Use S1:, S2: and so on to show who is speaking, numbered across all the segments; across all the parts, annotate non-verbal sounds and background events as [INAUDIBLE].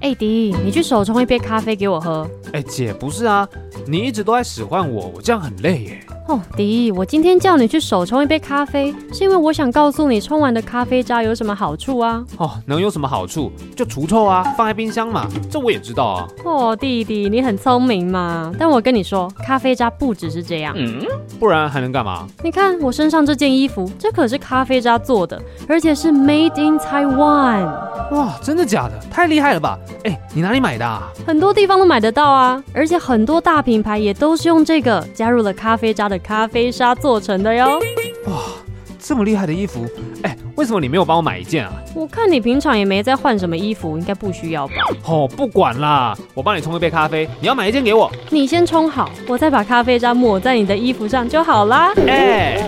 S1: 哎、迪，你去手冲一杯咖啡给我喝。
S2: 哎，姐不是啊，你一直都在使唤我，我这样很累耶。
S1: 哦，迪，我今天叫你去手冲一杯咖啡，是因为我想告诉你冲完的咖啡渣有什么好处啊。
S2: 哦，能有什么好处？就除臭啊，放在冰箱嘛，这我也知道啊。
S1: 哦，弟弟，你很聪明嘛。但我跟你说，咖啡渣不只是这
S2: 嗯
S1: 样。
S2: 不然还能干嘛？
S1: 你看我身上这件衣服，这可是咖啡渣做的，而且是 Made in Taiwan，
S2: 哇，真的假的？太厉害了吧！哎，你哪里买的、啊？
S1: 很多地方都买得到啊。而且很多大品牌也都是用这个加入了咖啡渣的咖啡沙做成的哟。
S2: 这么厉害的衣服，哎，为什么你没有帮我买一件啊？
S1: 我看你平常也没在换什么衣服，应该不需要吧？
S2: 哦，不管啦，我帮你冲一杯咖啡，你要买一件给我。
S1: 你先冲好，我再把咖啡渣抹在你的衣服上就好啦。
S2: 哎，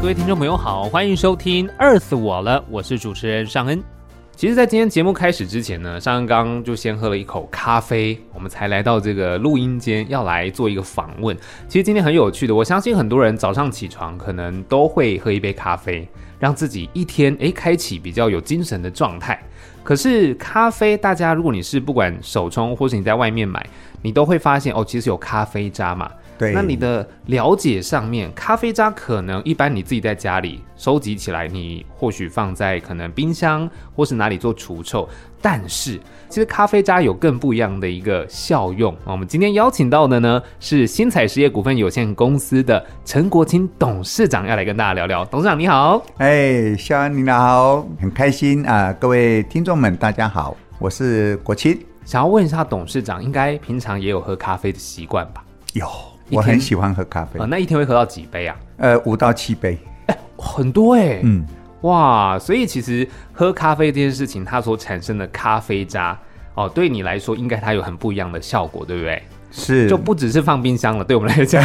S2: 各位听众朋友好，欢迎收听《饿死我了》，我是主持人尚恩。其实，在今天节目开始之前呢，尚恩刚刚就先喝了一口咖啡，我们才来到这个录音间，要来做一个访问。其实今天很有趣的，我相信很多人早上起床可能都会喝一杯咖啡，让自己一天诶开启比较有精神的状态。可是咖啡，大家如果你是不管手冲或是你在外面买，你都会发现哦，其实有咖啡渣嘛。
S3: 对，
S2: 那你的了解上面，咖啡渣可能一般你自己在家里收集起来，你或许放在可能冰箱或是哪里做除臭。但是，其实咖啡渣有更不一样的一个效用。哦我们今天邀请到的呢是新彩实业股份有限公司的陈国清董事长，要来跟大家聊聊。董事长你好，
S3: 哎，肖安你好，很开心啊、各位听众们，大家好，我是国清。
S2: 想要问一下董事长，应该平常也有喝咖啡的习惯吧？
S3: 哟，
S2: 一天
S3: 我很喜欢喝咖啡
S2: 啊、，那一天会喝到几杯啊？
S3: 呃，五到七杯，
S2: 很多哎、
S3: 嗯，
S2: 哇，所以其实喝咖啡这件事情，它所产生的咖啡渣哦，对你来说应该它有很不一样的效果，对不对？
S3: 是
S2: 就不只是放冰箱了，对我们来
S3: [LAUGHS]
S2: 讲，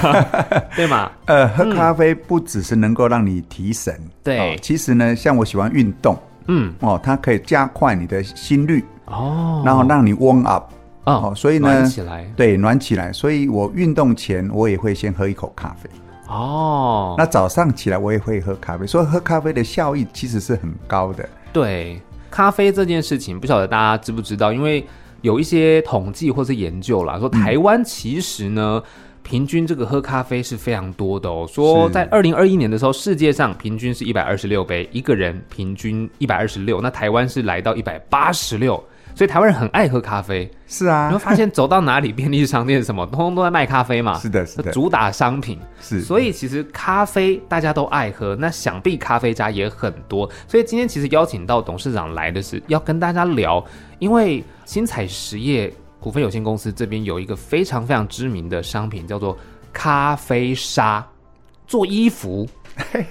S2: 对吗？
S3: 呃，喝咖啡不只是能够让你提神，
S2: 嗯对
S3: 哦其实呢，像我喜欢运动
S2: 嗯，
S3: 哦，它可以加快你的心率，
S2: 哦，
S3: 然后让你 warm up，
S2: 哦，
S3: 所以
S2: 暖
S3: 呢，
S2: 起来
S3: 对，暖起来，所以我运动前我也会先喝一口咖啡。
S2: 哦，
S3: 那早上起来我也会喝咖啡，所以喝咖啡的效益其实是很高的。
S2: 对，咖啡这件事情，不晓得大家知不知道，因为有一些统计或是研究啦，说台湾其实呢。平均这个喝咖啡是非常多的哦，说
S3: 是
S2: 在二零二一年的时候，世界上平均是一百二十六杯，一个人平均一百二十六，那台湾是来到一百八十六，所以台湾人很爱喝咖
S3: [LAUGHS]
S2: 啡。
S3: 是啊
S2: 你会，发现走到哪里便利商店什么，通通都在卖咖啡嘛，
S3: 是的，是的，
S2: 主打商品。
S3: 是，
S2: 所以其实咖啡大家都爱喝，那想必咖啡渣也很多。所以今天其实邀请到董事长来的是要跟大家聊，因为新彩实业股份有限公司这边有一个非常非常知名的商品叫做咖啡沙，做衣
S3: [LAUGHS]
S2: 服。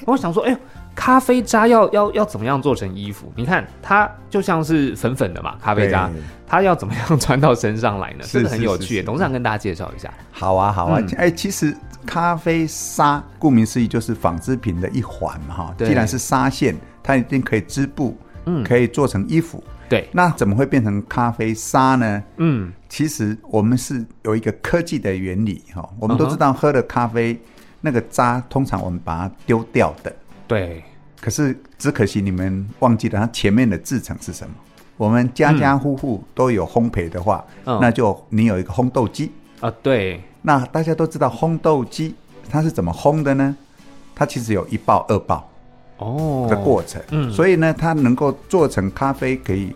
S2: 我想说，哎呦。咖啡渣要要要怎么样做成衣服？你看它就像是粉粉的嘛，咖啡渣，
S3: 对
S2: 它要怎么样穿到身上来呢？
S3: 是
S2: 这个很
S3: 是
S2: 有
S3: 是
S2: 趣耶。
S3: 是
S2: 董事长跟大家介绍一下。
S3: 好啊，好啊
S2: 嗯。
S3: 哎、其实咖啡纱，顾名思义就是纺织品的一环嘛哈。
S2: 对
S3: 既然是纱线，它一定可以织布，嗯，可以做成衣服。
S2: 对，
S3: 那怎么会变成咖啡纱呢？
S2: 嗯，
S3: 其实我们是有一个科技的原理哈、我
S2: 嗯
S3: 们都
S2: 哼
S3: 知道喝了咖啡，那个渣通常我们把它丢掉的。
S2: 对，
S3: 可是只可惜你们忘记了它前面的制成是什么。我们家家户户都有烘焙的话，
S2: 嗯
S3: 那就你有一个烘豆机。
S2: 啊，对，
S3: 那大家都知道烘豆机它是怎么烘的呢？它其实有一爆、二爆
S2: 哦，
S3: 的过程，
S2: 嗯
S3: 所以呢，它能够做成咖啡，可以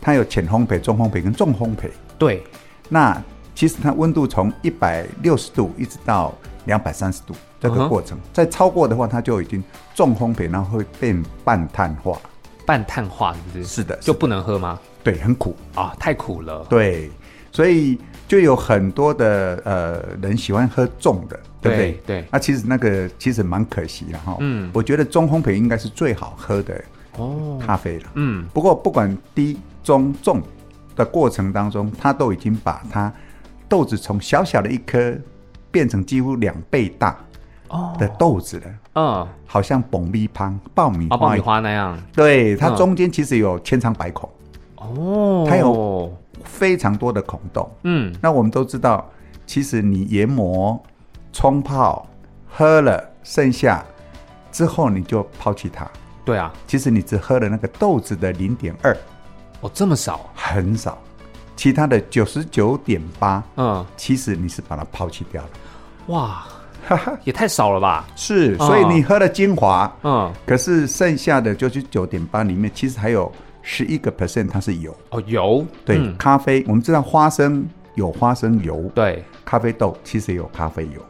S3: 它有浅烘焙、中烘焙跟重烘焙。
S2: 对，
S3: 那其实它温度从一百六十度一直到两百三十度这
S2: 嗯
S3: 个
S2: 哼
S3: 过程，再超过的话，它就已经重烘焙，然后会变半碳化。
S2: 半碳化是不是？
S3: 是的
S2: 就不能喝吗？
S3: 对，很苦。
S2: 啊，太苦了。
S3: 对，所以就有很多的呃人喜欢喝重的，对不对？
S2: 对对
S3: 那、其实那个其实蛮可惜的哈。
S2: 嗯
S3: 我觉得中烘焙应该是最好喝的
S2: 哦，
S3: 咖啡了。
S2: 嗯，
S3: 不过不管低、中、重的过程当中，它都已经把它豆子从小小的一颗变成几乎两倍大
S2: 哦，
S3: 的豆子了，
S2: 嗯，
S3: 好像爆米汤、爆米
S2: 啊，
S3: 花。
S2: 爆米花那样。
S3: 对，它
S2: 嗯
S3: 中间其实有千疮百孔，
S2: 哦，
S3: 它有，非常多的孔洞。
S2: 嗯，
S3: 那我们都知道，其实你研磨、冲泡、喝了剩下之后，你就抛弃它。
S2: 对啊，
S3: 其实你只喝了那个豆子的零点二，
S2: 哦，这么少，
S3: 很少，其他的九十九点八，
S2: 嗯，
S3: 其实你是把它抛弃掉了。
S2: 哇，也太少了吧？
S3: 是，
S2: 哦
S3: 所以你喝了精华，
S2: 嗯，
S3: 可是剩下的九十九点八里面，其实还有十一个 percent 它是油。
S2: 哦，油，
S3: 对，
S2: 嗯
S3: 咖啡我们知道花生有花生油，
S2: 对，
S3: 咖啡豆其实也有咖啡油，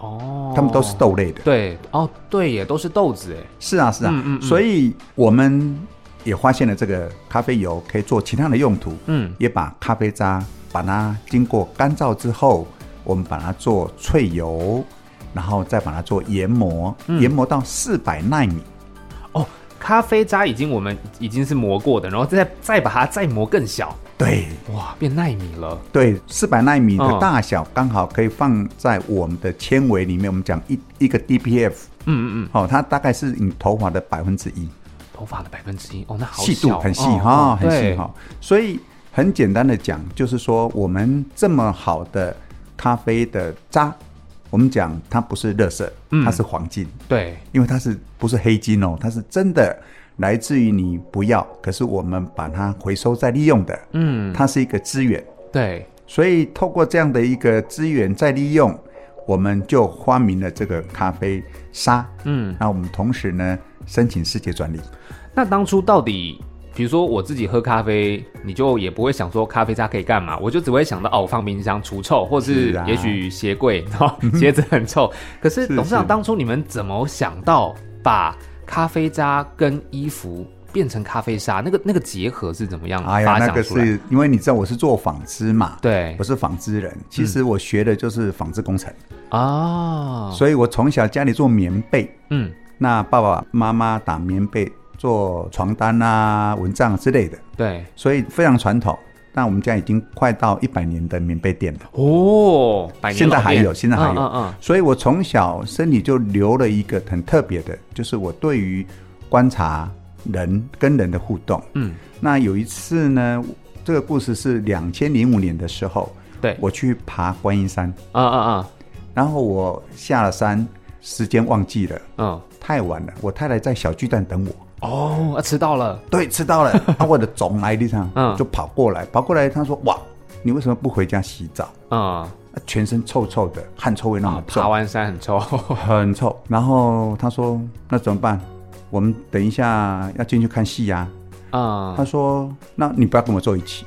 S2: 哦，
S3: 它们都是。豆类的。
S2: 对，哦，对耶，都是豆子哎，
S3: 是啊，是啊，
S2: 嗯嗯嗯
S3: 所以我们也发现了这个咖啡油可以做其他的用途，
S2: 嗯，
S3: 也把咖啡渣把它经过干燥之后，我们把它做萃油，然后再把它做研磨，
S2: 嗯
S3: 研磨到四百纳米。
S2: 哦，咖啡渣已经我们已经是磨过的，然后再再把它再磨更小，
S3: 对
S2: 哇，变纳米了。
S3: 对，四百纳米
S2: 哦
S3: 的大小刚好可以放在我们的纤维里面，我们讲一一个 DPF，
S2: 嗯嗯嗯，
S3: 哦，它大概是你头发的百分之一。
S2: 头发的百分之一，哦，那好
S3: 细度
S2: 小
S3: 很细
S2: 哦
S3: 哈、
S2: 哦
S3: 很细
S2: 对
S3: 哈、所以很简单的讲，就是说我们这么好的咖啡的渣，我们讲它不是垃圾
S2: 嗯，
S3: 它是黄金，
S2: 对，
S3: 因为它是不是黑金哦，它是真的来自于你不要，可是我们把它回收再利用的，
S2: 嗯，
S3: 它是一个资源。
S2: 对，
S3: 所以透过这样的一个资源再利用，我们就发明了这个咖啡沙。
S2: 嗯，
S3: 那我们同时呢申请世界专利。
S2: 那当初到底，比如说我自己喝咖啡，你就也不会想说咖啡渣可以干嘛，我就只会想到哦，我放冰箱除臭，或是
S3: 是啊
S2: 也许鞋柜，然
S3: [LAUGHS]
S2: 后鞋子很臭。可是
S3: 是
S2: 董事长，
S3: 是
S2: 当初你们怎么想到把咖啡渣跟衣服变成咖啡沙？那个那个结合是怎么样
S3: 哎
S2: 啊发
S3: 呀，那
S2: 想
S3: 个
S2: 出来？
S3: 是因为你知道我是做纺织嘛，，
S2: 对嗯
S3: 我是纺织人，其实我学的就是纺织工程，
S2: 啊，
S3: 所以我从小家里做棉被，
S2: 嗯，
S3: 那爸爸妈妈打棉被做床单啊、蚊帐之类的，
S2: 对，
S3: 所以非常传统。那我们家已经快到一百年的棉被店了，
S2: 哦，百年
S3: 现在
S2: 老
S3: 还
S2: 店
S3: 有现在还有
S2: 嗯嗯
S3: 所以我从小身体就留了一个很特别的，就是我对于观察人跟人的互动。
S2: 嗯，
S3: 那有一次呢，这个故事是两千零五年的时候，
S2: 嗯对，
S3: 我去爬观音山，
S2: 嗯嗯
S3: 然后我下了山，时间忘记了，
S2: 嗯嗯，
S3: 太晚了。我太太在小巨蛋等我，
S2: 哦，啊迟到了，
S3: 对，迟
S2: [LAUGHS]
S3: 到了。啊，我的总来地上，
S2: 嗯
S3: 就跑过来，跑过来，她说：“哇，你为什么不回家洗澡？
S2: 嗯。
S3: 啊全身臭臭的，汗臭味那么
S2: 啊，
S3: 重，
S2: 爬完山很臭。
S3: 很臭。”然后她说：“那怎么办？我们等一下要进去看戏呀、
S2: 啊、
S3: 她说：“那你不要跟我坐一
S2: [LAUGHS]
S3: 起。”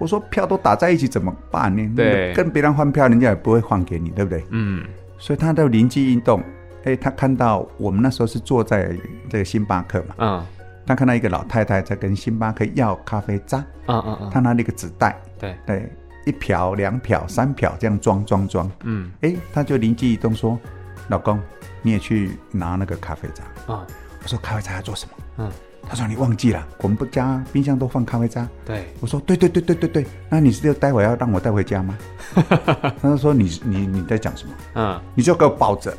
S3: 我说：“票都打在一起怎么办呢？
S2: 对
S3: 跟别人换票，人家也不会换给你，对不对？”
S2: 嗯，
S3: 所以他的灵机一动，哎，他看到我们那时候是坐在这个星巴克嘛，
S2: 嗯
S3: 他看到一个老太太在跟星巴克要咖啡渣，
S2: 嗯嗯嗯，
S3: 他拿了一个纸袋，
S2: 对，
S3: 对，一瓢、两瓢、三瓢这样装装装，
S2: 嗯
S3: 哎，他就灵机一动说：“老公，你也去拿那个咖啡渣。
S2: 啊、”
S3: 我说：“咖啡渣要做什么？”
S2: 嗯，
S3: 他说：“你忘记了，我们不家冰箱都放咖啡渣。”
S2: 对，
S3: 我说：“对对对对对对，那你是就待会要让我带回家吗？”他就说：“你你你在讲什么？”
S2: 嗯
S3: 你就给我抱着，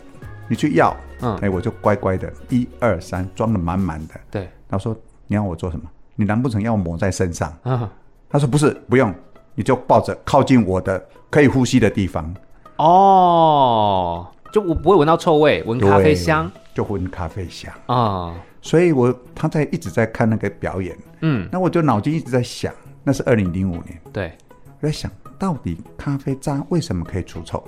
S3: 你去要，
S2: 嗯
S3: 哎，我就乖乖的，一二三，装的满满的。
S2: 对，
S3: 他说你要我做什么？你难不成要我抹在身上？
S2: 嗯，
S3: 他说不是，不用，你就抱着靠近我的可以呼吸的地方，
S2: 哦，就我不会闻到臭味，闻咖啡香
S3: 对，就闻咖啡香。
S2: 啊、
S3: 所以我他在一直在看那个表演，
S2: 嗯，
S3: 那我就脑筋一直在想，那是二零零五年，
S2: 对，
S3: 我在想到底咖啡渣为什么可以除臭？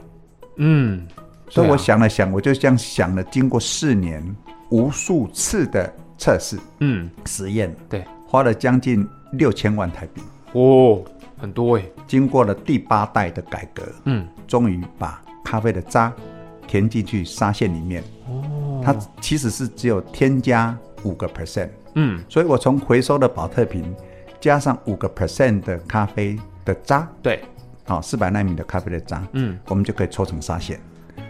S2: 嗯，
S3: 所以
S2: 对啊
S3: 我想了想，我就这样想了，经过四年无数次的测试
S2: 嗯，
S3: 实验，
S2: 对，
S3: 花了将近六千万台币。
S2: 哦，很多哎，
S3: 经过了第八代的改革，
S2: 嗯，
S3: 终于把咖啡的渣填进去沙县里面。哦，它其实是只有添加五个 percent，
S2: 嗯，
S3: 所以我从回收的保特瓶加上五个 percent 的咖啡的渣，
S2: 对，
S3: 好四百纳米的咖啡的渣，
S2: 嗯，
S3: 我们就可以抽成沙县。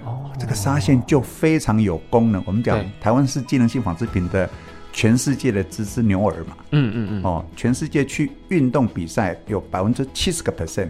S2: 哦，
S3: 这个沙县就非常有功能。我们讲
S2: 对
S3: 台湾是机能性纺织品的全世界的只之牛耳嘛，
S2: 嗯嗯嗯，
S3: 哦，全世界去运动比赛有百分之七十个 percent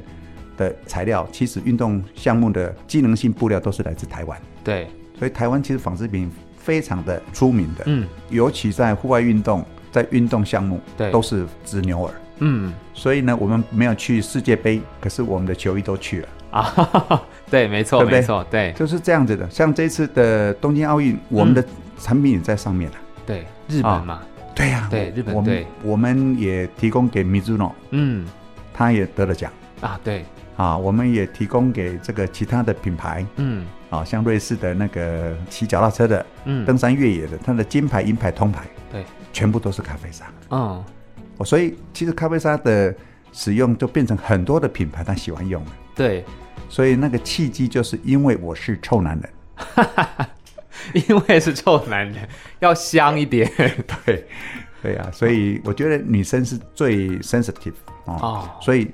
S3: 的材料，其实运动项目的机能性布料都是来自台湾，
S2: 对，
S3: 所以台湾其实纺织品非常的出名的，
S2: 嗯
S3: 尤其在户外运动，在运动项目
S2: 对
S3: 都是直牛耳。
S2: 嗯
S3: 所以呢，我们没有去世界杯，可是我们的球衣都去了，
S2: 啊， [LAUGHS] 哈哈哈对，没错
S3: 对不对
S2: 没错，对
S3: 就是这样子的。像这次的东京奥运，我们的产品也在上面了、啊
S2: 对，嗯哦日本嘛，
S3: 对呀、
S2: 对
S3: 我
S2: 日本
S3: 我们
S2: 队
S3: 我们也提供给 Mizuno，
S2: 嗯
S3: 他也得了奖。
S2: 啊，对，
S3: 啊，我们也提供给这个其他的品牌
S2: 嗯
S3: 啊，像瑞士的那个骑脚踏车的、
S2: 嗯，
S3: 登山越野的，它的金牌、银牌、铜牌，
S2: 对，
S3: 全部都是咖啡沙。
S2: 嗯，
S3: 哦，所以其实咖啡沙的使用就变成很多的品牌他喜欢用了。
S2: 对，
S3: 所以那个契机就是因为我是臭男人，
S2: [LAUGHS] 因为是臭男人，要香一点，
S3: 对，对啊，所以我觉得女生是最 sensitive 哦，
S2: 哦
S3: 所以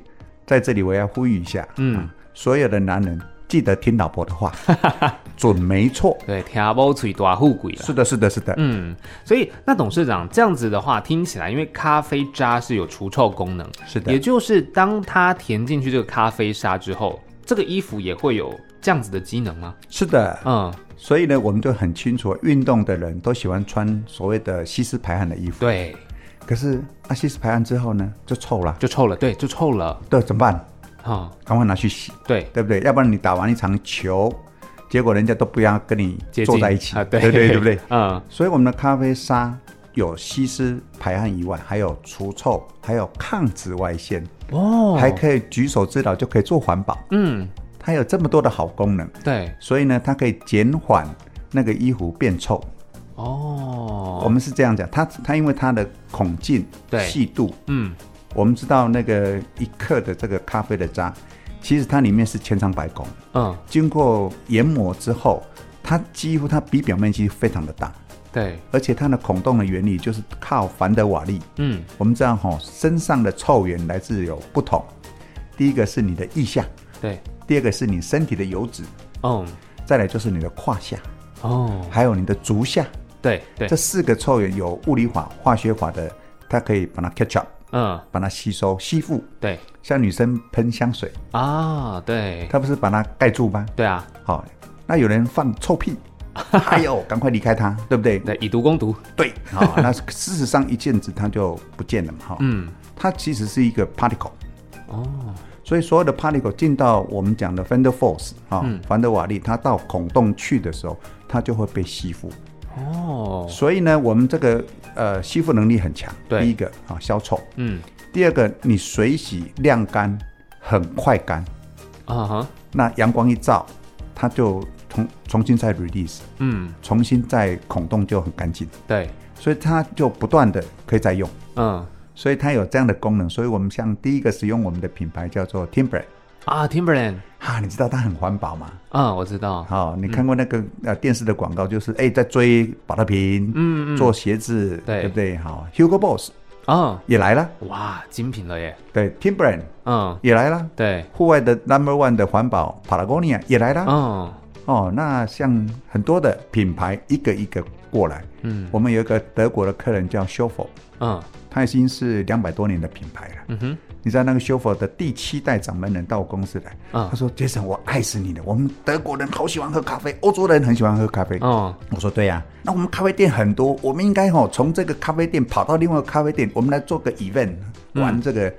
S3: 在这里我要呼吁一下，
S2: 嗯
S3: 啊所有的男人记得听老婆
S2: [LAUGHS]
S3: 的话，准没错。
S2: [LAUGHS] 对，听不嘴大富贵了。
S3: 是的，是的，是的，
S2: 嗯，所以那董事长这样子的话，听起来因为咖啡渣是有除臭功能，
S3: 是的
S2: 也就是当它填进去这个咖啡沙之后，这个衣服也会有这样子的机能吗？
S3: 是的，
S2: 嗯，
S3: 所以呢，我们就很清楚，运动的人都喜欢穿所谓的吸湿排汗的衣服。
S2: 对，
S3: 可是啊，吸湿排汗之后呢，就臭了，
S2: 就臭了，对，就臭了，
S3: 对，怎么办？
S2: 嗯，
S3: 赶快拿去洗，
S2: 对，
S3: 对不对？要不然你打完一场球，结果人家都不要跟你
S2: 接近
S3: 坐在一起，
S2: 啊，对
S3: 对对对不对？？
S2: [LAUGHS] 嗯，
S3: 所以我们的咖啡沙有吸湿排汗以外，还有除臭，还有抗紫外线，
S2: 哦
S3: 还可以举手之劳就可以做环保，
S2: 嗯，
S3: 它有这么多的好功能，
S2: 对，
S3: 所以呢，它可以减缓那个衣服变臭。
S2: 哦，
S3: 我们是这样讲，它它因为它的孔径
S2: 对
S3: 细度，
S2: 嗯，
S3: 我们知道那个一克的这个咖啡的渣，其实它里面是千疮百孔，
S2: 嗯，
S3: 经过研磨之后，它几乎它比表面积非常的大，
S2: 对，
S3: 而且它的孔洞的原理就是靠凡德瓦力。
S2: 嗯，
S3: 我们知道哈、身上的臭源来自有不同，第一个是你的腋下，
S2: 对，
S3: 第二个是你身体的油脂，
S2: 嗯，
S3: 再来就是你的胯下，
S2: 哦，
S3: 还有你的足下。
S2: 对对
S3: 这，四个臭源有物理法、化学法的，它可以把它 catch up，
S2: 嗯，
S3: 把它吸收、吸附。
S2: 对
S3: 像女生喷香水，
S2: 啊，对，
S3: 她不是把它盖住吗？
S2: 对啊，
S3: 好、那有人放
S2: [LAUGHS]
S3: 臭屁，哎呦，赶快离开它，对不对？
S2: 对，以毒攻毒，
S3: 对，
S2: [LAUGHS]
S3: 好、那事实上一阵子它就不见了嘛，哈、
S2: 嗯，
S3: 它其实是一个 particle，
S2: 哦，
S3: 所以所有的 particle 进到我们讲的 f e n d e r force 啊、
S2: 嗯
S3: 凡德瓦利，它到孔洞去的时候，它就会被吸附。
S2: 哦，
S3: 所以呢，我们这个呃吸附能力很强。
S2: 对
S3: 第一个啊、消臭，
S2: 嗯，
S3: 第二个你水洗晾干很快干，
S2: 啊哈，
S3: 那阳光一照，它就重重新再 release，
S2: 嗯，
S3: 重新再孔洞就很干净，
S2: 对，
S3: 所以它就不断的可以再用。
S2: 嗯，
S3: 所以它有这样的功能，所以我们像第一个使用我们的品牌叫做 Timber
S2: 啊，Timberland，
S3: 啊，你知道它很环保吗？
S2: 嗯，我知道，
S3: 好、你看过那个、呃电视的广告，就是哎、在追保特瓶，
S2: 嗯嗯
S3: 做鞋子，
S2: 对
S3: 不对？好，Hugo Boss
S2: 嗯，
S3: 也来了，
S2: 哇，精品了耶，
S3: 对，Timberland
S2: 嗯，
S3: 也来了，
S2: 对，
S3: 户外的 Number One 的环保 Patagonia 也来了，
S2: 嗯，
S3: 哦，那像很多的品牌一个一个过来，
S2: 嗯
S3: 我们有一个德国的客人叫 s c h o f e r
S2: 嗯，
S3: 他已经是两百多年的品牌了。
S2: 嗯哼，
S3: 你知道那个 s c h o f e r 的第七代掌门人到我公司来，
S2: 嗯
S3: 他说：“Jason，我爱死你了！我们德国人好喜欢喝咖啡，欧洲人很喜欢喝咖啡。
S2: 嗯，
S3: 我说：“对呀、啊那我们咖啡店很多，我们应该哦从这个咖啡店跑到另外一个咖啡店，我们来做个 event，玩这个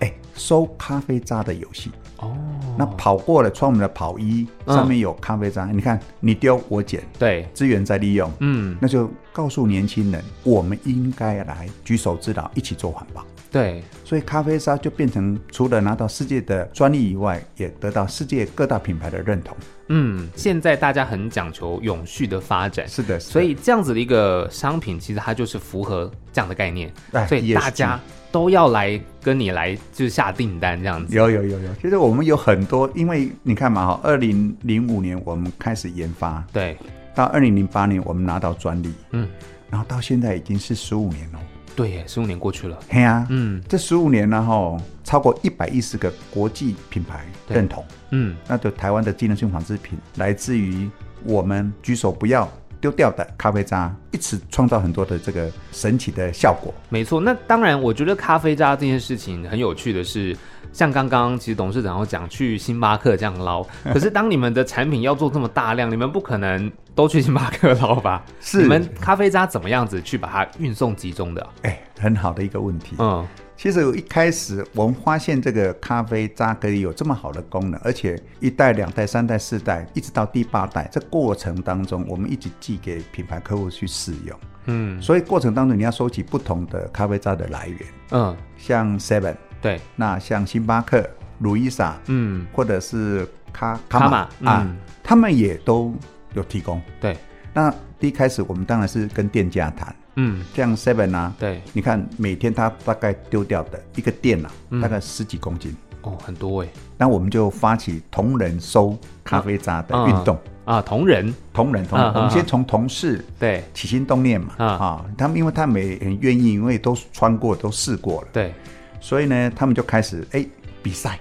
S3: 哎、收咖啡渣的游戏。
S2: 哦，
S3: 那跑过了穿我们的跑衣，
S2: 嗯
S3: 上面有咖啡渣，你看你丢我捡，
S2: 对，
S3: 资源再利用，
S2: 嗯，
S3: 那就告诉年轻人，我们应该来举手之劳，一起做环保。
S2: 对，
S3: 所以咖啡渣就变成除了拿到世界的专利以外，也得到世界各大品牌的认同。
S2: 嗯，现在大家很讲求永续的发展，
S3: 是的，是的
S2: 所以这样子的一个商品，其实它就是符合这样的概念，
S3: 哎
S2: 所以
S3: ESG
S2: 大家都要来跟你来就是下订单这样子。
S3: 有有有有，其实我们有很多，因为你看嘛哈，二零零五年我们开始研发，
S2: 对，
S3: 到二零零八年我们拿到专利，
S2: 嗯，
S3: 然后到现在已经是十五年了。
S2: 对耶，十五年过去了，
S3: 嘿啊，
S2: 嗯
S3: 这十五年然后超过一百一十个国际品牌
S2: 对
S3: 认同，
S2: 嗯，
S3: 那对台湾的机能性纺织品来自于我们举手不要丢掉的咖啡渣，一直创造很多的这个神奇的效果。
S2: 没错。那当然，我觉得咖啡渣这件事情很有趣的是。像刚刚其实董事长有讲去星巴克这样 [LAUGHS] 捞，可是当你们的产品要做这么大量，你们不可能都去星巴克捞吧？
S3: 是
S2: 你们咖啡渣怎么样子去把它运送集中的？
S3: 哎，很好的一个问题。
S2: 嗯，
S3: 其实一开始我们发现这个咖啡渣可以有这么好的功能，而且一代、两代、三代、四代，一直到第八代，这过程当中，我们一直寄给品牌客户去试用。
S2: 嗯
S3: 所以过程当中，你要收集不同的咖啡渣的来源，
S2: 嗯，
S3: 像 Seven，
S2: 对，
S3: 那像星巴克、路易莎，
S2: 嗯
S3: 或者是卡
S2: 卡玛
S3: 玛啊
S2: 嗯，
S3: 他们也都有提供。
S2: 对，
S3: 那第一开始我们当然是跟店家谈，
S2: 嗯
S3: 像 Seven 啊，
S2: 对，
S3: 你看每天他大概丢掉的一个电脑、
S2: 嗯
S3: 大概十几公斤，
S2: 哦，很多哎
S3: 那我们就发起同仁收咖啡渣的运动，
S2: 啊，同仁
S3: 同仁同仁，
S2: 嗯嗯
S3: 我们
S2: 嗯
S3: 先从同事
S2: 对
S3: 起心动念嘛，
S2: 嗯
S3: 啊，他们因为他们也很愿意，因为都穿过都试过了，
S2: 对，
S3: 所以呢，他们就开始哎比赛。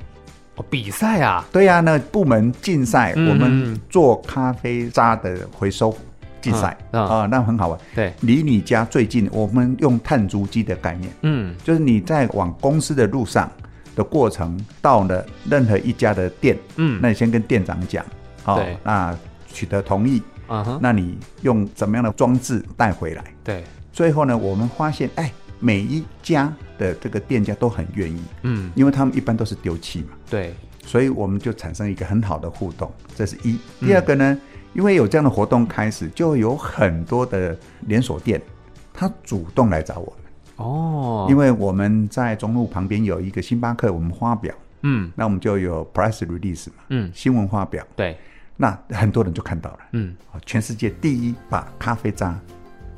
S2: 哦，比赛啊，
S3: 对呀、那部门竞赛，
S2: 嗯
S3: 我们做咖啡渣的回收竞赛
S2: 嗯嗯
S3: 啊、那很好玩。
S2: 对，
S3: 离你家最近，我们用碳足迹的概念，
S2: 嗯
S3: 就是你在往公司的路上的过程，到了任何一家的店，
S2: 嗯，
S3: 那你先跟店长讲，好、
S2: 对
S3: 那取得同意，
S2: 嗯哼，
S3: 那你用怎么样的装置带回来？
S2: 对，
S3: 最后呢，我们发现，哎，每一家的这个店家都很愿意，
S2: 嗯
S3: 因为他们一般都是丢弃嘛，
S2: 对，
S3: 所以我们就产生一个很好的互动，这是一。第二个呢，因为有这样的活动开始，就有很多的连锁店，他主动来找我们。
S2: 哦，
S3: 因
S2: 为
S3: 为我们在中路旁边有一个星巴克，我们发表，
S2: 嗯
S3: 那我们就有 press release 嘛，
S2: 嗯
S3: 新闻发表，
S2: 对，
S3: 那很多人就看到了，
S2: 嗯
S3: 哦全世界第一把咖啡渣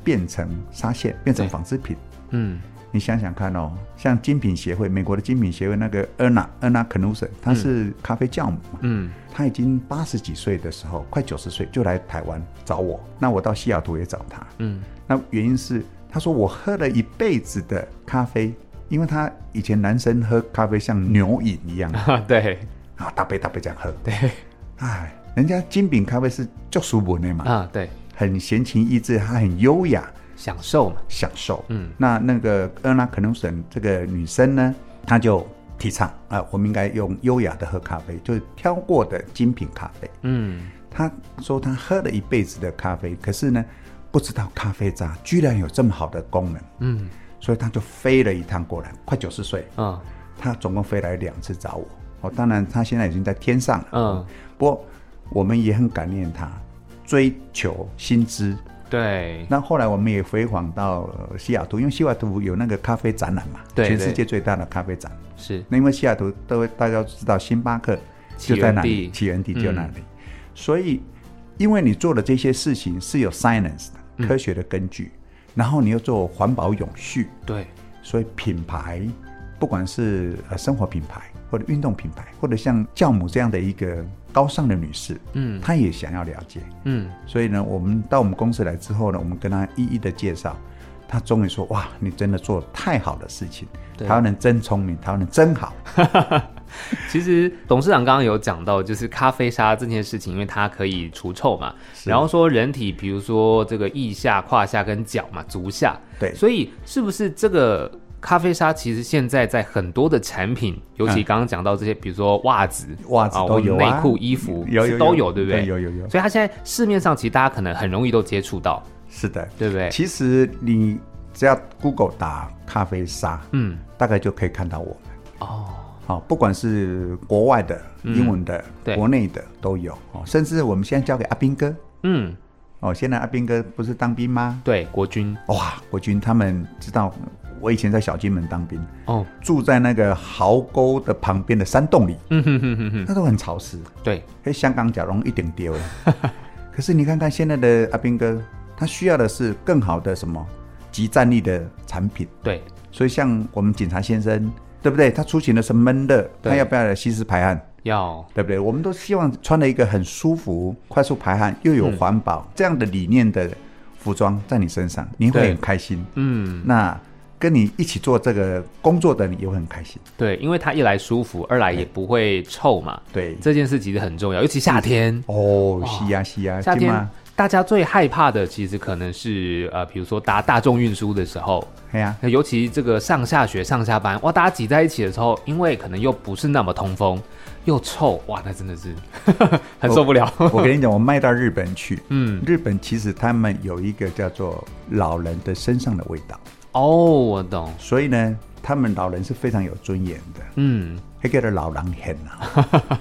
S3: 变成纱线，变成
S2: 对
S3: 纺织品。
S2: 嗯
S3: 你想想看哦，像精品协会，美国的精品协会那个 Erna Erna Knudsen，她是咖啡教母嘛，
S2: 嗯
S3: 她已经八十几岁的时候，快九十岁就来台湾找我，那我到西雅图也找她，
S2: 嗯
S3: 那原因是他说我喝了一辈子的咖啡，因为他以前男生喝咖啡像牛饮一
S2: [LAUGHS]
S3: 样
S2: 啊，对
S3: 啊，大杯大杯这样喝。
S2: 对
S3: 哎，人家精品咖啡是就舒服的嘛，
S2: 啊对，
S3: 很闲情逸致，它很优雅
S2: 享受嘛，
S3: 享受。
S2: 嗯
S3: 那那个 Erna k n u s e n 这个女生呢，她就提倡啊、我们应该用优雅的喝咖啡，就是挑过的精品咖啡。
S2: 嗯
S3: 他说他喝了一辈子的咖啡，可是呢，不知道咖啡渣居然有这么好的功能，
S2: 嗯
S3: 所以他就飞了一趟过来。快九十岁，
S2: 啊
S3: 他总共飞来两次找我。哦，当然他现在已经在天上了。
S2: 嗯，
S3: 不过我们也很感念他，追求薪资。
S2: 对
S3: 那后来我们也回访到呃西雅图，因为西雅图有那个咖啡展览嘛，
S2: 对
S3: 全
S2: 对
S3: 世界最大的咖啡展。
S2: 是，
S3: 那因为西雅图都大家都知道，星巴克就在那里，
S2: 起嗯
S3: 起源地
S2: 地
S3: 就那里。所以，因为你做的这些事情是有 science
S2: 嗯
S3: 的科学的根据，然后你又做环保永续，
S2: 对
S3: 所以品牌不管是呃生活品牌或者运动品牌，或者像教母这样的一个高尚的女士，
S2: 嗯
S3: 她也想要了解。
S2: 嗯
S3: 所以呢，我们到我们公司来之后呢，我们跟她一一的介绍。她终于说：“哇，你真的做得太好的事情，
S2: 对
S3: 台湾人真聪明，台湾人真好。”
S2: 其实董事长刚刚有讲到，就是咖啡沙这件事情，因为它可以除臭嘛，
S3: 是
S2: 然后说人体，比如说这个腋下、胯下跟脚嘛，足下，
S3: 对
S2: 所以是不是这个咖啡沙其实现在在很多的产品，尤其刚刚讲到这些，比如说袜子、
S3: 袜子都有啊
S2: 我们内裤、衣服
S3: 有有
S2: 是都有，对不对？
S3: 有有有，
S2: 所以它现在市面上其实大家可能很容易都接触到，
S3: 是的。
S2: 对不对？
S3: 其实你只要 Google 打咖啡沙，
S2: 嗯，
S3: 大概就可以看到我们
S2: 哦，嗯
S3: 啊、好、不管是国外的、英文的、
S2: 对
S3: 国内的都有哦，甚至我们现在交给阿兵哥
S2: 嗯，
S3: 哦，现在阿兵哥不是当兵吗？
S2: 对，国军
S3: 哇，国军他们知道我以前在小金门当兵，
S2: 哦，
S3: 住在那个壕沟的旁边的山洞里，
S2: 嗯哼哼哼哼，
S3: 那都很潮湿，
S2: 对，
S3: 哎，香港假龙一顶丢
S2: [LAUGHS]
S3: 了。可是你看看现在的阿兵哥，他需要的是更好的什么集战力的产品，
S2: 对，
S3: 所以像我们警察先生，对不对？他出勤的是闷热，
S2: 对
S3: 他要不要吸湿排汗？
S2: 要
S3: 对不对？我们都希望穿了一个很舒服、快速排汗又有环保、这样的理念的服装在你身上，你会
S2: 对
S3: 很开心。
S2: 嗯，
S3: 那跟你一起做这个工作的你也会很开心。
S2: 对，因为它一来舒服，二来也不会臭嘛。
S3: 对，
S2: 这件事其实很重要，尤其夏天。
S3: 哦
S2: 哇，
S3: 是呀、是呀、
S2: 夏
S3: 今
S2: 天
S3: 晚
S2: 大家最害怕的其实可能是呃，比如说搭大众运输的时候，
S3: 哎呀、
S2: 那尤其这个上下学、上下班，哇，大家挤在一起的时候，因为可能又不是那么通风，又臭，哇，那真的是 [LAUGHS] 很受不了。
S3: 我跟你讲，我卖到日本去，
S2: 嗯，
S3: 日本其实他们有一个叫做老人的身上的味道，
S2: 哦，我懂。
S3: 所以呢，他们老人是非常有尊严的，
S2: 嗯，
S3: 还给了老狼很啊。 [LAUGHS]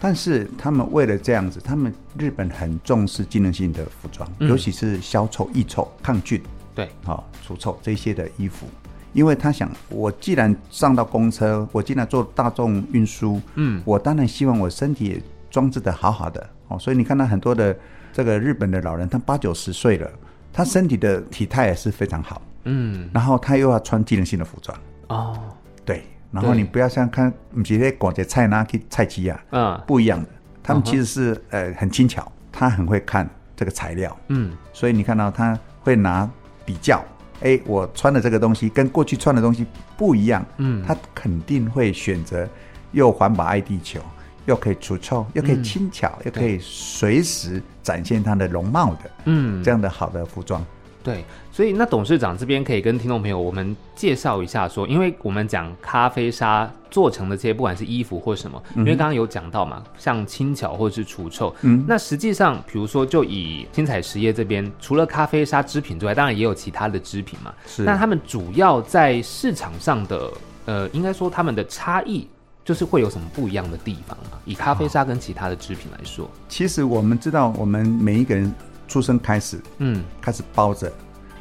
S3: 但是他们为了这样子，他们日本很重视机能性的服装，
S2: 嗯
S3: 尤其是消臭、抑臭、抗菌、
S2: 对，
S3: 好、除臭这些的衣服。因为他想，我既然上到公车，我既然坐大众运输，
S2: 嗯，
S3: 我当然希望我身体也装置的好好的哦，所以你看到很多的这个日本的老人，他八九十岁了，他身体的体态也是非常好，
S2: 嗯，
S3: 然后他又要穿机能性的服装，
S2: 哦，
S3: 对，然后你
S2: 对
S3: 不要像看，你直接逛街菜那去菜鸡啊，
S2: 嗯，
S3: 不一样的，他们
S2: 嗯哼
S3: 其实是、呃很轻巧，他很会看这个材料，
S2: 嗯，
S3: 所以你看到他会拿比较，哎，我穿的这个东西跟过去穿的东西不一样，
S2: 嗯
S3: 他肯定会选择又环保爱地球，又可以除臭，又可以轻巧，又可以随时展现他的容貌的，
S2: 嗯，
S3: 这样的好的服装。
S2: 对，所以那董事长这边可以跟听众朋友我们介绍一下说，因为我们讲咖啡沙做成的这些，不管是衣服或什么，因为刚刚有讲到嘛，像轻巧或者是除臭，
S3: 嗯
S2: 那实际上比如说就以天彩实业这边，除了咖啡沙制品之外，当然也有其他的制品嘛，
S3: 是
S2: 那他们主要在市场上的呃，应该说他们的差异。就是会有什么不一样的地方嘛？以咖啡沙跟其他的制品来说，
S3: 其实我们知道，我们每一个人出生开始
S2: 嗯，
S3: 开始包着，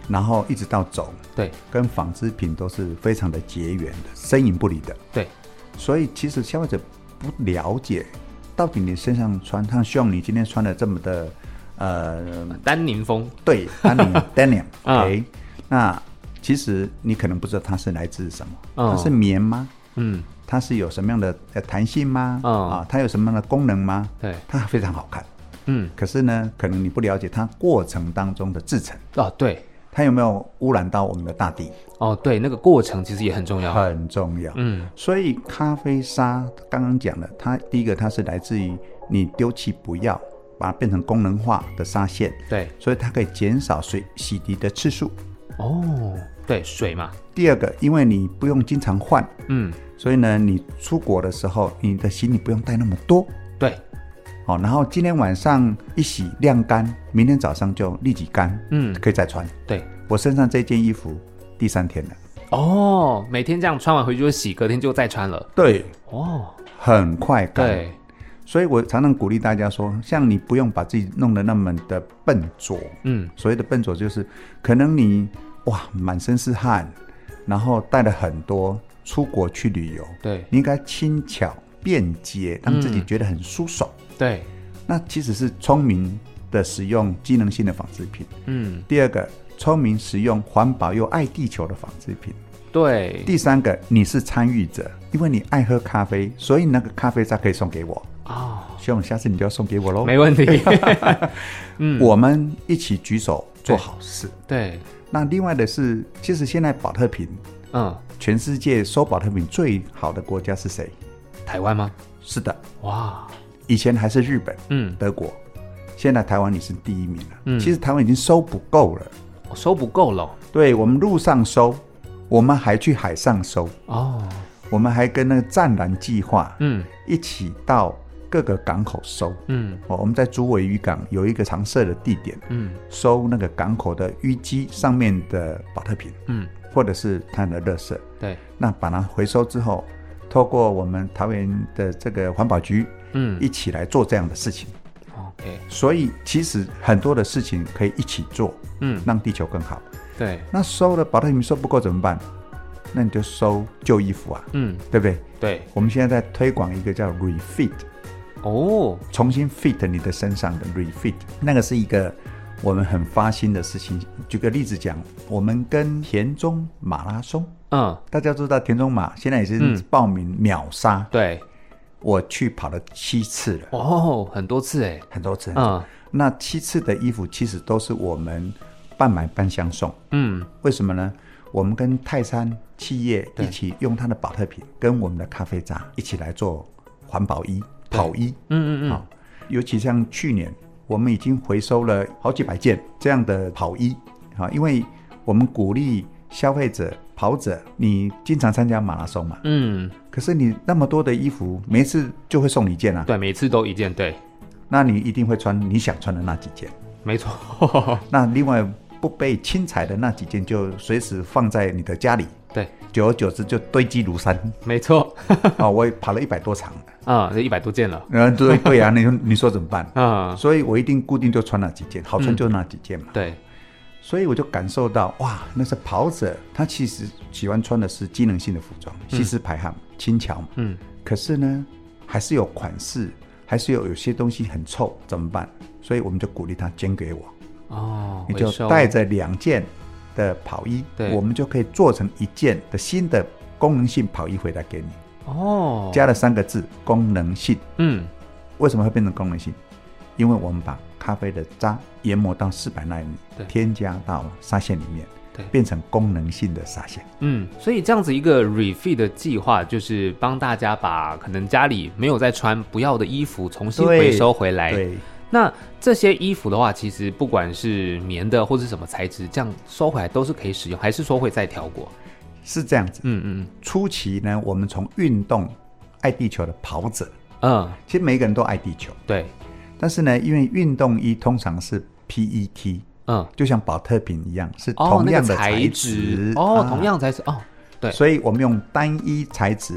S3: 然后一直到走，
S2: 对
S3: 跟纺织品都是非常的结缘的，深影不离的。
S2: 对，
S3: 所以其实消费者不了解，到底你身上穿，他希望你今天穿的这么的，呃，
S2: 丹宁风，
S3: 对，丹
S2: [LAUGHS]
S3: 宁 denim，
S2: 啊
S3: OK，、那其实你可能不知道它是来自什么，
S2: 哦
S3: 它是棉吗？
S2: 嗯，
S3: 它是有什么样的呃弹性吗？
S2: 哦
S3: 啊，它有什么样的功能吗？
S2: 对，
S3: 它 [LAUGHS] 非常好看，
S2: 嗯，
S3: 可是呢，可能你不了解它过程当中的制成，
S2: 哦，对，
S3: 它有没有污染到我们的大地，
S2: 哦，对，那个过程其实也很重要。
S3: 很重要。
S2: 嗯，
S3: 所以咖啡沙刚刚讲了，它第一个它是来自于你丢弃不要，把它变成功能化的沙线，
S2: 对，
S3: 所以它可以减少水洗涤的次数。
S2: 哦，对，水嘛，
S3: 第二个，因为你不用经常换，
S2: 嗯，
S3: 所以呢，你出国的时候你的行李不用带那么多，
S2: 对，
S3: 哦，然后今天晚上一洗晾干，明天早上就立即干，
S2: 嗯
S3: 可以再穿。
S2: 对，
S3: 我身上这件衣服第三天了，
S2: 哦，每天这样穿完回去就洗，隔天就再穿了。
S3: 对，
S2: 哦，
S3: 很快干。
S2: 对，
S3: 所以我常常鼓励大家说，像你不用把自己弄得那么的笨拙。
S2: 嗯，
S3: 所谓的笨拙，就是可能你哇满身是汗，然后带了很多出国去旅游，
S2: 对，
S3: 你应该轻巧便捷，让自己觉得很舒爽。
S2: 对，
S3: 那其实是聪明的使用机能性的纺织品。
S2: 嗯，
S3: 第二个，聪明使用环保又爱地球的纺织品。
S2: 对，
S3: 第三个，你是参与者，因为你爱喝咖啡，所以那个咖啡渣可以送给我。
S2: 哦，
S3: 希望下次你就要送给我喽。
S2: 没 [LAUGHS] 问题。
S3: 我们一起举手做好事。
S2: 嗯对，
S3: 那另外的是，其实现在保特瓶，
S2: 嗯，
S3: 全世界收保特瓶最好的国家是谁？
S2: 台湾吗？
S3: 是的，
S2: 哇，
S3: 以前还是日本、
S2: 嗯，
S3: 德国，现在台湾已是第一名了。
S2: 嗯
S3: 其实台湾已经收不够了，
S2: 我收不够了。
S3: 对我们路上收，我们还去海上收，
S2: 哦，
S3: 我们还跟那个湛蓝计划
S2: 嗯
S3: 一起到各个港口收。
S2: 嗯
S3: 哦，我们在竹围渔港有一个常设的地点，
S2: 嗯
S3: 收那个港口的淤积上面的保特瓶。
S2: 嗯，
S3: 或者是它的垃圾，
S2: 对，
S3: 那把它回收之后，透透过我们桃园的这个环保局
S2: 嗯
S3: 一起来做这样的事情。
S2: ，OK，
S3: 所以其实很多的事情可以一起做，
S2: 嗯，
S3: 让地球更好。
S2: 对，
S3: 那收了保特瓶收不够怎么办？那你就收旧衣服啊，
S2: 嗯，
S3: 对不对？
S2: 对，
S3: 我们现在在推广一个叫 refit，
S2: 哦，
S3: 重新 fit 你的身上的 refit，那个是一个我们很发心的事情。举个例子讲，我们跟田中马拉松，
S2: 嗯，
S3: 大家知道田中马现在已经
S2: 嗯
S3: 报名秒杀，
S2: 对，
S3: 我去跑了七次了，
S2: 哦，很多次哎，
S3: 很多次。
S2: 嗯
S3: 那七次的衣服其实都是我们半买半相送，
S2: 嗯，
S3: 为什么呢？我们跟泰山企业一起用它的保特瓶，跟我们的咖啡渣一起来做环保衣、跑衣。
S2: 嗯嗯
S3: 好、尤其像去年，我们已经回收了好几百件这样的跑衣，好、因为我们鼓励消费者、跑者，你经常参加马拉松嘛，
S2: 嗯，
S3: 可是你那么多的衣服，每一次就会送你一件啊，
S2: 对，每次都一件，对，
S3: 那你一定会穿你想穿的那几件，
S2: 没错， [LAUGHS]
S3: 那另外不被清采的那几件就随时放在你的家里，
S2: 对，
S3: 久而久之就堆积如山 [LAUGHS]
S2: 没错，
S3: 啊、我也跑了一百多场了，
S2: 啊，这一百多件了，
S3: 然后对对啊，你说你说怎么办？
S2: 啊，
S3: 所以我一定固定就穿那几件，好穿
S2: 嗯
S3: 就那几件嘛。
S2: 对，
S3: 所以我就感受到，哇，那些跑者他其实喜欢穿的是机能性的服装，吸湿排汗、轻巧嘛。
S2: 嗯，
S3: 可是呢，还是有款式，还是有有些东西很臭，怎么办？所以我们就鼓励他捐给我，
S2: 哦，
S3: 你就
S2: 回收
S3: 带，着两件的跑衣
S2: 对，
S3: 我们就可以做成一件的新的功能性跑衣回来给你，
S2: 哦，
S3: 加了三个字“功能性
S2: 嗯，”。
S3: 为什么会变成功能性？因为我们把咖啡的渣研磨到四百纳米
S2: 对，
S3: 添加到纱线里面
S2: 对，
S3: 变成功能性的纱线。
S2: 嗯，所以这样子一个 refit 的计划，就是帮大家把可能家里没有在穿不要的衣服重新
S3: 对
S2: 回收回来。
S3: 对，
S2: 那这些衣服的话，其实不管是棉的或是什么材质，这样收回来都是可以使用，还是说会再挑过？
S3: 是这样子。
S2: 嗯嗯
S3: 初期呢，我们从运动爱地球的跑者，
S2: 嗯，
S3: 其实每个人都爱地球，
S2: 对，
S3: 但是呢，因为运动衣通常是 PET，
S2: 嗯，
S3: 就像保特瓶一样，是
S2: 哦，
S3: 同
S2: 那
S3: 样
S2: 个
S3: 的
S2: 材
S3: 质
S2: 质，哦，
S3: 啊
S2: 同样材质，哦，对
S3: 所以我们用单一材质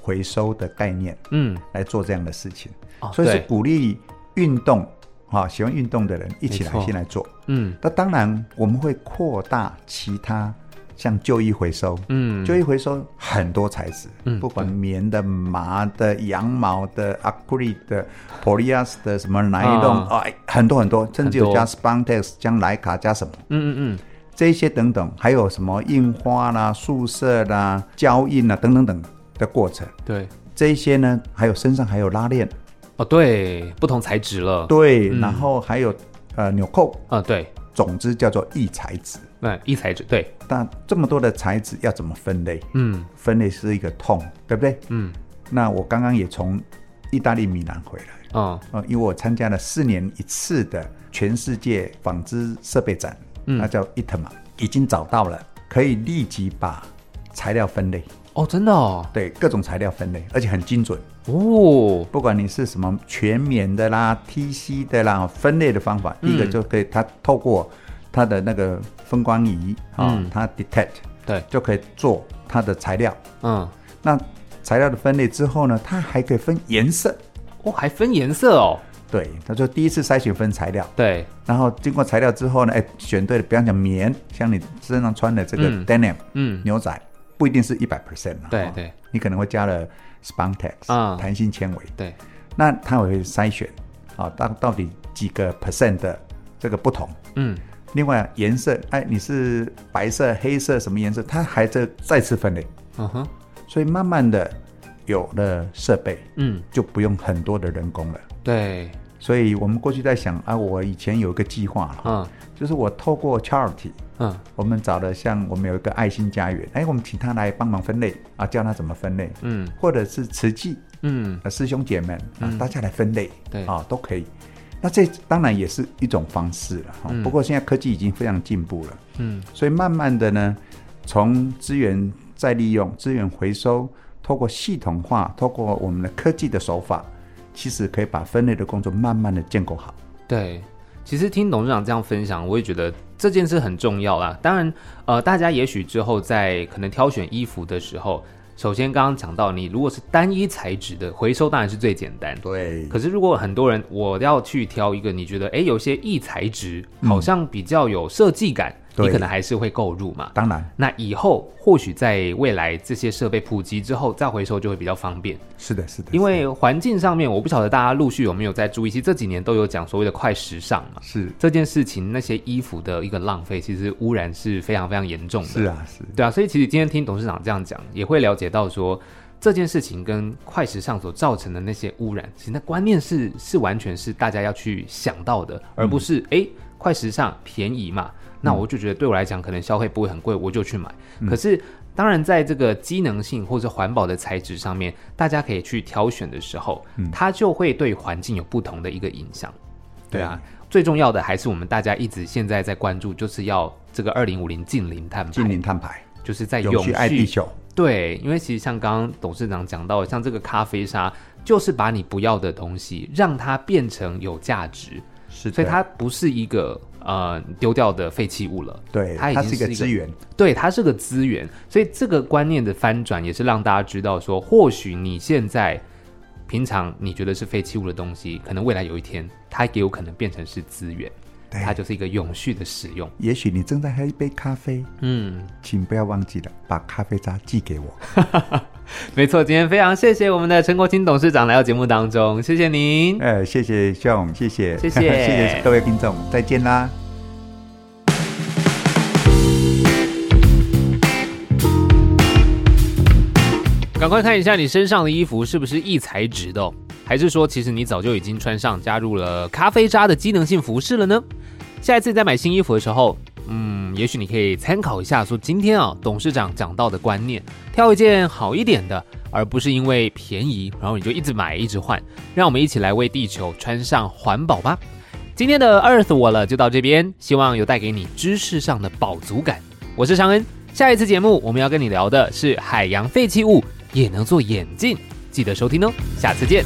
S3: 回收的概念
S2: 嗯，
S3: 来做这样的事情，
S2: 哦，
S3: 所以是
S2: 对，
S3: 鼓励运动啊、喜欢运动的人一起
S2: 没
S3: 来
S2: 错
S3: 先来做。
S2: 嗯
S3: 那当然，我们会扩大其他像旧衣回收。
S2: 嗯，
S3: 旧衣回收很多材质，
S2: 嗯
S3: 不管棉的、麻的、羊毛的、acrylic 的、polyester 的什么 nylon 啊、哎很多很多，甚至有
S2: 很多
S3: 加 spandex、加莱卡、加什么，
S2: 嗯嗯
S3: 这一些等等，还有什么印花啦、宿舍啦、胶印啦等等等的过程，
S2: 嗯，对，
S3: 这一些呢，还有身上还有拉链，
S2: 哦对，不同材质了，
S3: 对，
S2: 嗯
S3: 然后还有呃纽扣，
S2: 嗯对，
S3: 总之叫做异材质。
S2: 那一材质，对，
S3: 那这么多的材质要怎么分类？
S2: 嗯
S3: 分类是一个痛，对不对？
S2: 嗯
S3: 那我刚刚也从意大利米兰回来，
S2: 哦
S3: 呃，因为我参加了四年一次的全世界纺织设备展，
S2: 嗯
S3: 那叫 ITMA，已经找到了可以立即把材料分类，
S2: 哦，真的哦，
S3: 对各种材料分类，而且很精准。
S2: 哦，
S3: 不管你是什么全棉的啦、TC 的啦，分类的方法，第一个
S2: 嗯
S3: 就可以它透过它的那个分光仪啊、
S2: 嗯
S3: 它 detect
S2: 对，
S3: 就可以做它的材料。
S2: 嗯，
S3: 那材料的分类之后呢，它还可以分颜色。
S2: 哦，还分颜色哦，
S3: 对，他说第一次筛选分材料，
S2: 对，
S3: 然后经过材料之后呢，哎，选对了，比方讲棉，像你身上穿的这个
S2: 嗯
S3: denim、
S2: 嗯，
S3: 牛仔，不一定是一百 percent 啊，
S2: 对
S3: 哦
S2: 对，
S3: 你可能会加了 spandex
S2: 啊
S3: 弹性纤维，
S2: 对，
S3: 那它也会筛选啊，到到底几个 percent 的这个不同。
S2: 嗯，
S3: 另外颜色，哎，你是白色、黑色什么颜色，它还在再次分类，
S2: 嗯哼，
S3: 所以慢慢的有了设备，
S2: 嗯，
S3: 就不用很多的人工了。
S2: 对，
S3: 所以我们过去在想啊，我以前有一个计划了，
S2: 嗯
S3: 就是我透过 charity，
S2: 嗯，
S3: 我们找了像我们有一个爱心家园，哎，我们请他来帮忙分类啊，教他怎么分类，
S2: 嗯
S3: 或者是慈济
S2: 嗯，
S3: 啊师兄姐们啊，大家来分类，
S2: 对
S3: 啊，都可以。那这当然也是一种方式了哈、
S2: 嗯
S3: 不过现在科技已经非常进步了，
S2: 嗯，
S3: 所以慢慢的呢，从资源再利用、资源回收，透过系统化，透过我们的科技的手法，其实可以把分类的工作慢慢的建构好。
S2: 对。其实听董事长这样分享，我也觉得这件事很重要啦。当然，呃，大家也许之后在可能挑选衣服的时候，首先刚刚讲到，你如果是单一材质的，回收当然是最简单。
S3: 对，
S2: 可是如果很多人，我要去挑一个，你觉得哎，诶有些异材质好像比较有设计感，
S3: 对
S2: 你可能还是会购入嘛。
S3: 当然
S2: 那以后或许在未来这些设备普及之后，再回收就会比较方便。
S3: 是的，是的，
S2: 因为环境上面，我不晓得大家陆续有没有在注意，其实这几年都有讲所谓的快时尚嘛。
S3: 是
S2: 这件事情，那些衣服的一个浪费，其实污染是非常非常严重的。
S3: 是啊，是
S2: 对啊，所以其实今天听董事长这样讲，也会了解到说这件事情跟快时尚所造成的那些污染，其实那观念是是完全是大家要去想到的，而不是诶快时尚便宜嘛，那我就觉得对我来讲可能消费不会很贵，我就去买。可是当然在这个机能性或者环保的材质上面，大家可以去挑选的时候，它就会对环境有不同的一个影响。对啊，最重要的还是我们大家一直现在在关注，就是要这个二零五零近零碳排。
S3: 近零碳排，
S2: 就是在
S3: 永续爱地球，
S2: 对，因为其实像刚刚董事长讲到的，像这个咖啡沙，就是把你不要的东西，让它变成有价值，
S3: 是的
S2: 所以它不是一个呃丢掉的废弃物了，
S3: 对，
S2: 它已
S3: 它
S2: 经
S3: 是一个资源，
S2: 对，它是个资源，所以这个观念的翻转也是让大家知道说，或许你现在平常你觉得是废弃物的东西，可能未来有一天它也有可能变成是资源，
S3: 对
S2: 它就是一个永续的使用。
S3: 也许你正在喝一杯咖啡，
S2: 嗯，
S3: 请不要忘记了把咖啡渣寄
S2: [LAUGHS]
S3: 给我。
S2: 没错，今天非常谢谢我们的陈国清董事长来到节目当中，谢谢您。
S3: 呃，谢谢向勇，谢谢，
S2: 谢谢
S3: [LAUGHS] 谢谢各位听众，再见啦。
S2: 赶快看一下你身上的衣服是不是异材质的、哦，还是说其实你早就已经穿上加入了咖啡渣的机能性服饰了呢？下一次你在买新衣服的时候，嗯，也许你可以参考一下，说今天啊董事长讲到的观念，挑一件好一点的，而不是因为便宜，然后你就一直买一直换。让我们一起来为地球穿上环保吧。今天的 Earth 我了就到这边，希望有带给你知识上的饱足感。我是尚恩，下一次节目我们要跟你聊的是海洋废弃物也能做眼镜，记得收听哦，下次见。